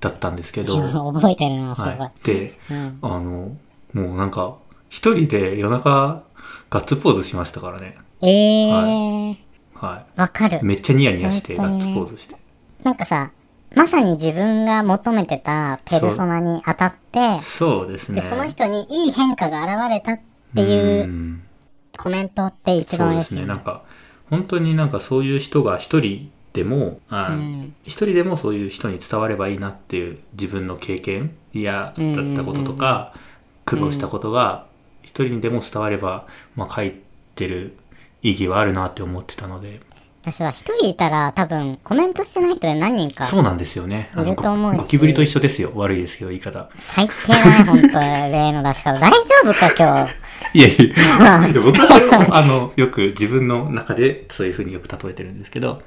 だったんですけど、
覚えてるなすごい、
はい、で
うん、
あのもうなんか一人で夜中ガッツポーズしましたからね
えー
は
わかる
いめっちゃニヤニヤしてガ
本当
ッ
に
ツ
ね
ポーズして、
なんかさまさに自分が求めてたペルソナに当たって
そうですね
でその人にいい変化が現れたっていううんコメントって一
そ
番
うで
嬉
す
しい
ね
よ
な
ね
んか本当になんかそういう人が一人でもあ
うん
一人でもそういう人に伝わればいいなっていう自分の経験嫌だったこととか、苦労したことが一人にでも伝われば、まあ、書いてる意義はあるなって思ってたので
私は一人いたら多分コメントしてない人で何人か
そうなんですよね。あ
い
の
ると思うし
ゴキブリと一緒ですよ。悪いですけど、言い方。
最低だね本当 例の出し方大丈夫か今日
いやいや、僕はそれを、あの、よく自分の中でそういうふうによく例えてるんですけど、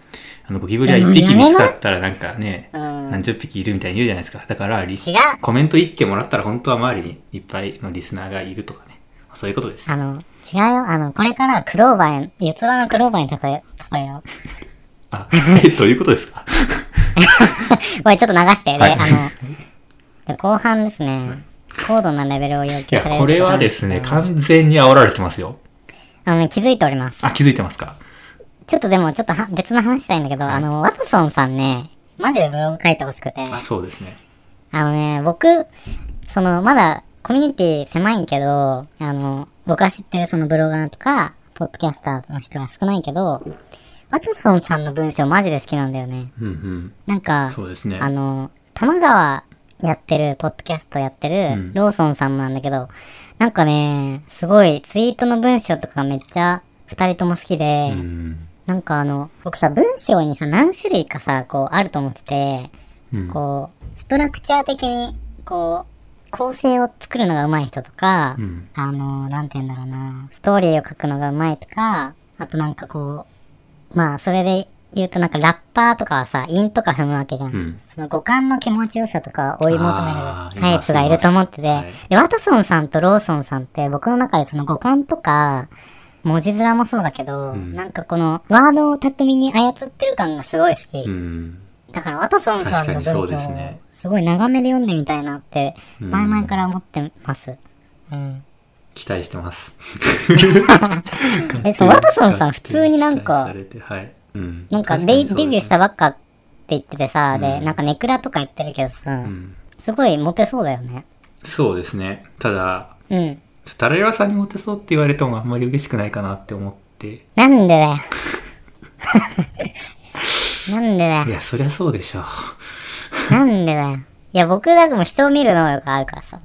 あの、ゴキブリは一匹見つかったらなんかね、
うん
何十匹いるみたいに言うじゃないですか。だから、リ
違う
コメント言ってもらったら本当は周りにいっぱいのリスナーがいるとかね。そういうことです。
あの、違うよ。あの、これからはクローバーへ、四つ葉のクローバーに例え、例えよう。
あ、 え、どういうことですか
これちょっと流して。で、
はい
あの、で後半ですね。高度なレベルを要
い
求
や、
される
こ
って
れ
とな
は
ん
ですね、
けど
完全に煽られてますよ。
あのね、気づいております。
あ、気づいてますか
ちょっとでも、ちょっとは別の話したいんだけど、あの、ワトソンさんね、マジでブログ書いてほしくて。
あ、そうですね。
あのね、僕、その、まだ、コミュニティ狭いんけど、あの、僕が知ってるそのブロガーとか、ポッドキャスターの人が少ないけど、ワトソンさんの文章マジで好きなんだよね。
うんうん。
なんか、
そうですね。
あの、玉川やってる、ポッドキャストやってる、
うん
ローソンさんもなんだけど、なんかね、すごいツイートの文章とかめっちゃ二人とも好きで、
うん。
なんかあの、僕さ、文章にさ、何種類かさ、こう、あると思ってて、
うん。
こう、ストラクチャー的に、こう、構成を作るのが上手い人とか、
うん。
あの、なんて言うんだろうな、ストーリーを書くのが上手いとか、あとなんかこう、まあ、それで言うとなんかラッパーとかはさ、韻とか踏むわけじゃん。
うん
その五感の気持ちよさとかを追い求め
あ
る
ー
タイプがいると思ってて、
いますいます
で、ワトソンさんとローソンさんって僕の中でその五感とか、文字面もそうだけど、
ん
なんかこのワードを巧みに操ってる感がすごい好き。
うん。
だからワトソンさん
確
の文章
かにそうですね
すごい長めで読んでみたいなって、
うん
前々から思ってます。うん
期待してます。
え、そう、ワトソンさん普通になん
期待さ
か、
れてはい。うん。
なんか
確に
デ
そうです
デビューしたばっかって言っててさ、で、なんかネクラとか言ってるけどさ、
うん。
すごいモテそうだよね。
そうですね。ただ、
うん。
ちょっとタラレバさんにモテそうって言われてもあんまり嬉しくないかなって思って。
なんでだよ。なんでだ
い
よ。
や、そりゃそうでしょう。
なんでだよ。いや、僕だけもう人を見る能力があるからさ。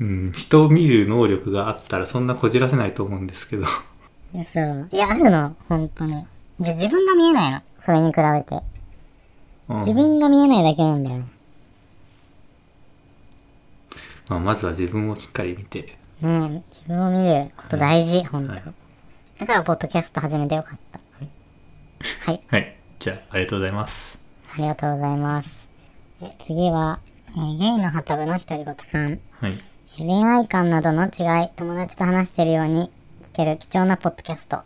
うん。人を見る能力があったらそんなこじらせないと思うんですけど。
そう。いや、あるの、本当に。じゃ、自分が見えないの。それに比べて。
うん
自分が見えないだけなんだよね。
まあ、まずは自分をしっかり見て。
ねえ自分を見ること大事、本当、
はい
だから、ポッドキャスト始めてよかった。はい
はい。じゃあ、ありがとうございます。
ありがとうございます。え次は、えーゲイのハタブの独り言さん。
はい。
恋愛観などの違い、友達と話しているように聞ける貴重なポッドキャスト。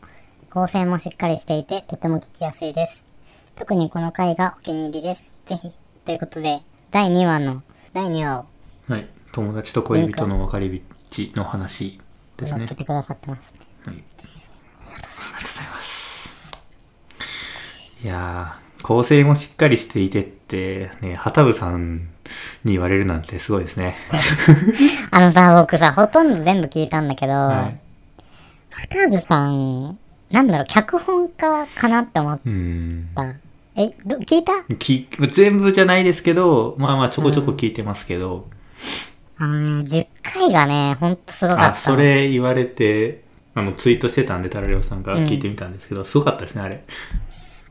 構成もしっかりしていて、とても聞きやすいです。特にこの回がお気に入りです。ぜひ。ということで、第2話の、第2話を
はい。友達と恋人の別れ道の話です
載っ
ね
け。てくださってますね。
はい。ありがとうございます。いやー、構成もしっかりしていてって、ね、旗部さんに言われるなんてすごいですね。
あのさ、僕さ、ほとんど全部聞いたんだけど、
はい。
ハタブさん、なんだろう、脚本家かなって思っ
うん。
た。え、ど聞いた
き全部じゃないですけど、まあまあちょこちょこ聞いてますけど、
あのね、10回がね、ほんとすごかったの。
あ、それ言われて、あの、ツイートしてたんで、タラレオさんが聞いてみたんですけど、すごかったですね、あれ。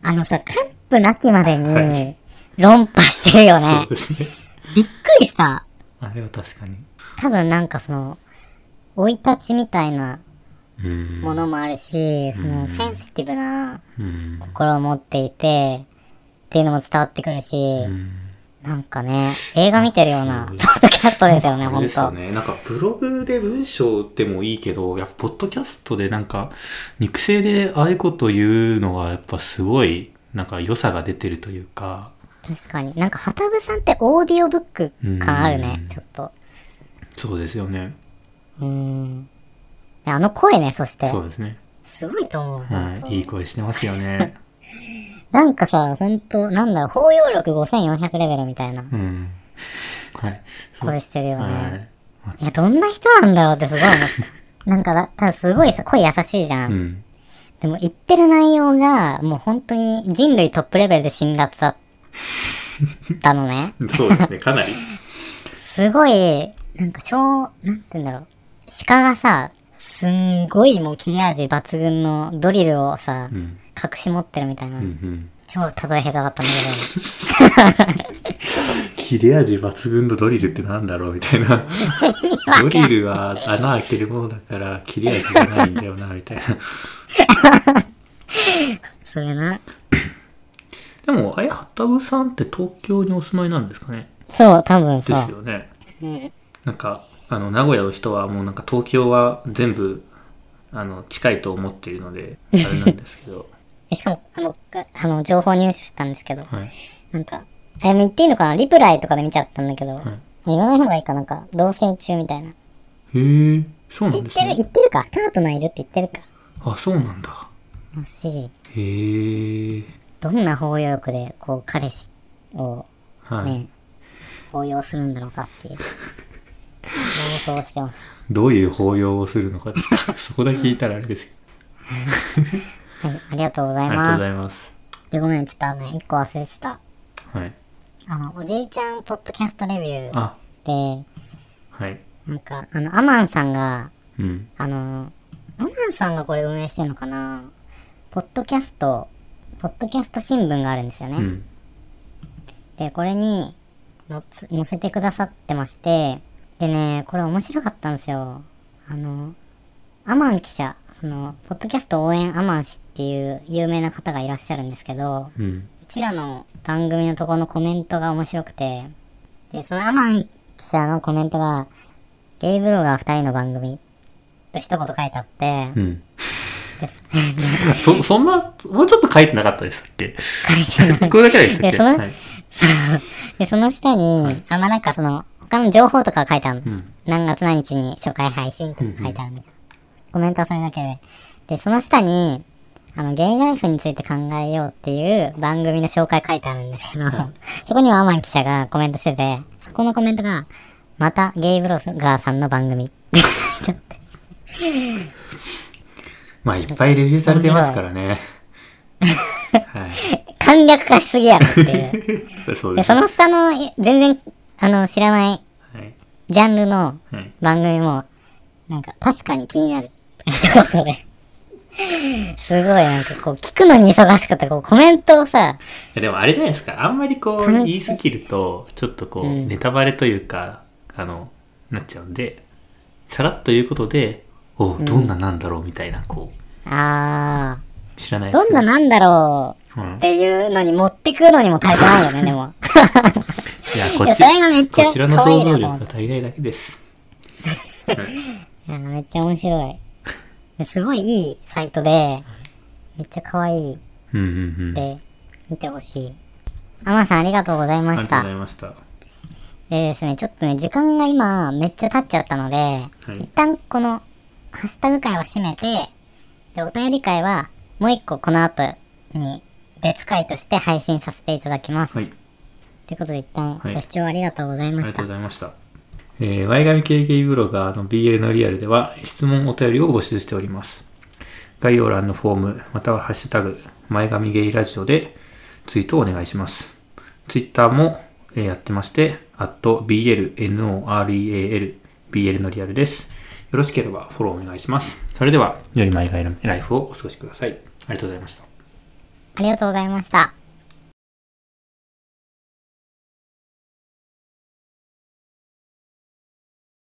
あのさ、カップなきまで
は
に
い、
論破してるよ
そう
ね。
ですね。
びっくりした。
あれは確かに。
多分なんかその、生い立ちみたいな
うん。
ものもあるし、そのセンシティブな
うん。
心を持っていて、っていうのも伝わってくるし、なんかね、映画見てるような、ポッドキャストですよね、
あれ
ほん
ですよ
と。
ね。なんか、ブログで文章でもいいけど、やっぱ、ポッドキャストでなんか、肉声でああいうこと言うのは、やっぱすごい、なんか良さが出てるというか、
確かに。なんか、はたぶさんってオーディオブック感あるね
うん、
ちょっと。
そうですよね。
うーん。あの声ね、そして。
そうですね。
すごいと思う。ほん
は
と
い。いい声してますよ ね。
なんかさ、ほんと、なんだろう、包容力5400レベルみたいな
うん。はい。
声してるよね。
はい。
い、や、どんな人なんだろうってすごい思った。 なんかだ、ただすごいさ、声優しいじゃん。
うん。
でも言ってる内容が、もう本当に人類トップレベルで辛辣だったのね。
そうですね、かなり。
すごい、なんか小、なんて言うんだろう。鹿がさ、すんごいもう切れ味抜群のドリルをさ、
うん。
隠し持ってるみたいな。
うんうん。
超例え下手だったんだけど。
切れ味抜群のドリルってなんだろうみたい な。ドリルは穴開けるものだから切れ味がないんだよな、みたいな。
それな。
でも、あれ、ハタブさんって東京にお住まいなんですかね
そう、多分そ
で
う。
すよね。
うん
なんか、あの、名古屋の人はもうなんか東京は全部、あの、近いと思っているので、あれなんですけど。
えしかも、あの、があの情報入手したんですけど、
はい。
なんか、あれも言っていいのかなリプライとかで見ちゃったんだけど、
い
言わない方がいいかなんか、同棲中みたいな。
へえ、そうなん
言っ
です
てる、
ね。
言ってるか。パートナーいるって言ってるか。
あ、そうなんだ。
らしい。
へえ、
どんな包容力で、こう、彼氏を
はい。
ね、包容するんだろうかっていう。妄想してます。
どういう抱擁をするのかって、 そこだけ聞いたらあれですけど。
はい、ありがとうござい
ありがとう
ま
ござい
す。
ます。
で、ごめん、ちょっとあのね、一個忘れてた。
はい。
あの、おじいちゃんポッドキャストレビュー。
あ、
で、
はい。
なんか、あの、アマンさんが、
うん。
あの、アマンさんがこれ運営してるのかなポッドキャスト、ポッドキャスト新聞があるんですよね。
うん。
で、これにのつ載せてくださってまして、でね、これ面白かったんですよ。あの、アマン記者、その、ポッドキャスト応援アマン氏っていう有名な方がいらっしゃるんですけど、
うん。
うちらの番組のとこのコメントが面白くて、で、そのアマン記者のコメントが、ゲイブロガー二人の番組と一言書いてあって、
うん。 そ、そんな、もうちょっと書いてなかったですっけ
書いてない
これだけでしたっ
いや
け
その
はい。
で、その下に、あ、まあ、なんかその、他の情報とかは書いてあるの。
うん。
何月何日に初回配信とか書いてあるんだけど、コメントはそれだけで。で、その下に、あの、ゲイライフについて考えようっていう番組の紹介書いてあるんですけど、 そこにはアマン記者がコメントしてて、そこのコメントが、またゲイブロガーさんの番組。
まあ、いっぱいレビューされてますからね。は
簡略化しすぎやろって いう。
い。そうです
で、
ね。
その下の、い全然、あの、知らない
はい。
ジャンルの
はい。
番組も、なんか、確かに気になる。 一言で。すごい、なんかこう、聞くのに忙しかった。こう、コメントをさ、
いやでもあれじゃないですかあんまりこう言い過ぎるとちょっとこう
うん
ネタバレというか、あのなっちゃうんでさらっということでおうどんななんだろうみたいなこ
あ
う知らない
ー、
ですけ
どんななんだろう
うん
っ、ていうのに持ってくのにも足りてないよね、でも。
いやこ
いや、
っ
そ
ち
れがめっちゃ
こちらの
可愛
想
いな
像
と
力
思っ
が足りないだけです
て。いや、めっちゃ面白いですごいいいサイトで、めっちゃ可愛い
うんうんうん
んで、見てほしい。アマンさんありがとうござい
あ
ま
りが
し
とうご
た
ざい。ました
でですね、ちょっとね、時間が今、めっちゃ経っちゃったので、
い
一旦この、ハッシュタグ会は閉めて、で、お便り会は、もう一個この後に、別会として配信させていただきます。
はい
ということで一旦、
はい
ご視聴ありがとうござい
あ
ま
りが
し
と
た。
うございました。えー、前髪系ゲイブロガーの BL のリアルでは質問お便りを募集しております。概要欄のフォームまたはハッシュタグ前髪ゲイラジオでツイートをお願いします。ツイッターも、えーやってまして、BLNOREAL、BL のリアルです。よろしければフォローお願いします。それでは、良い前髪ライフをお過ごしください。ありがとうございました。
ありがとうございました。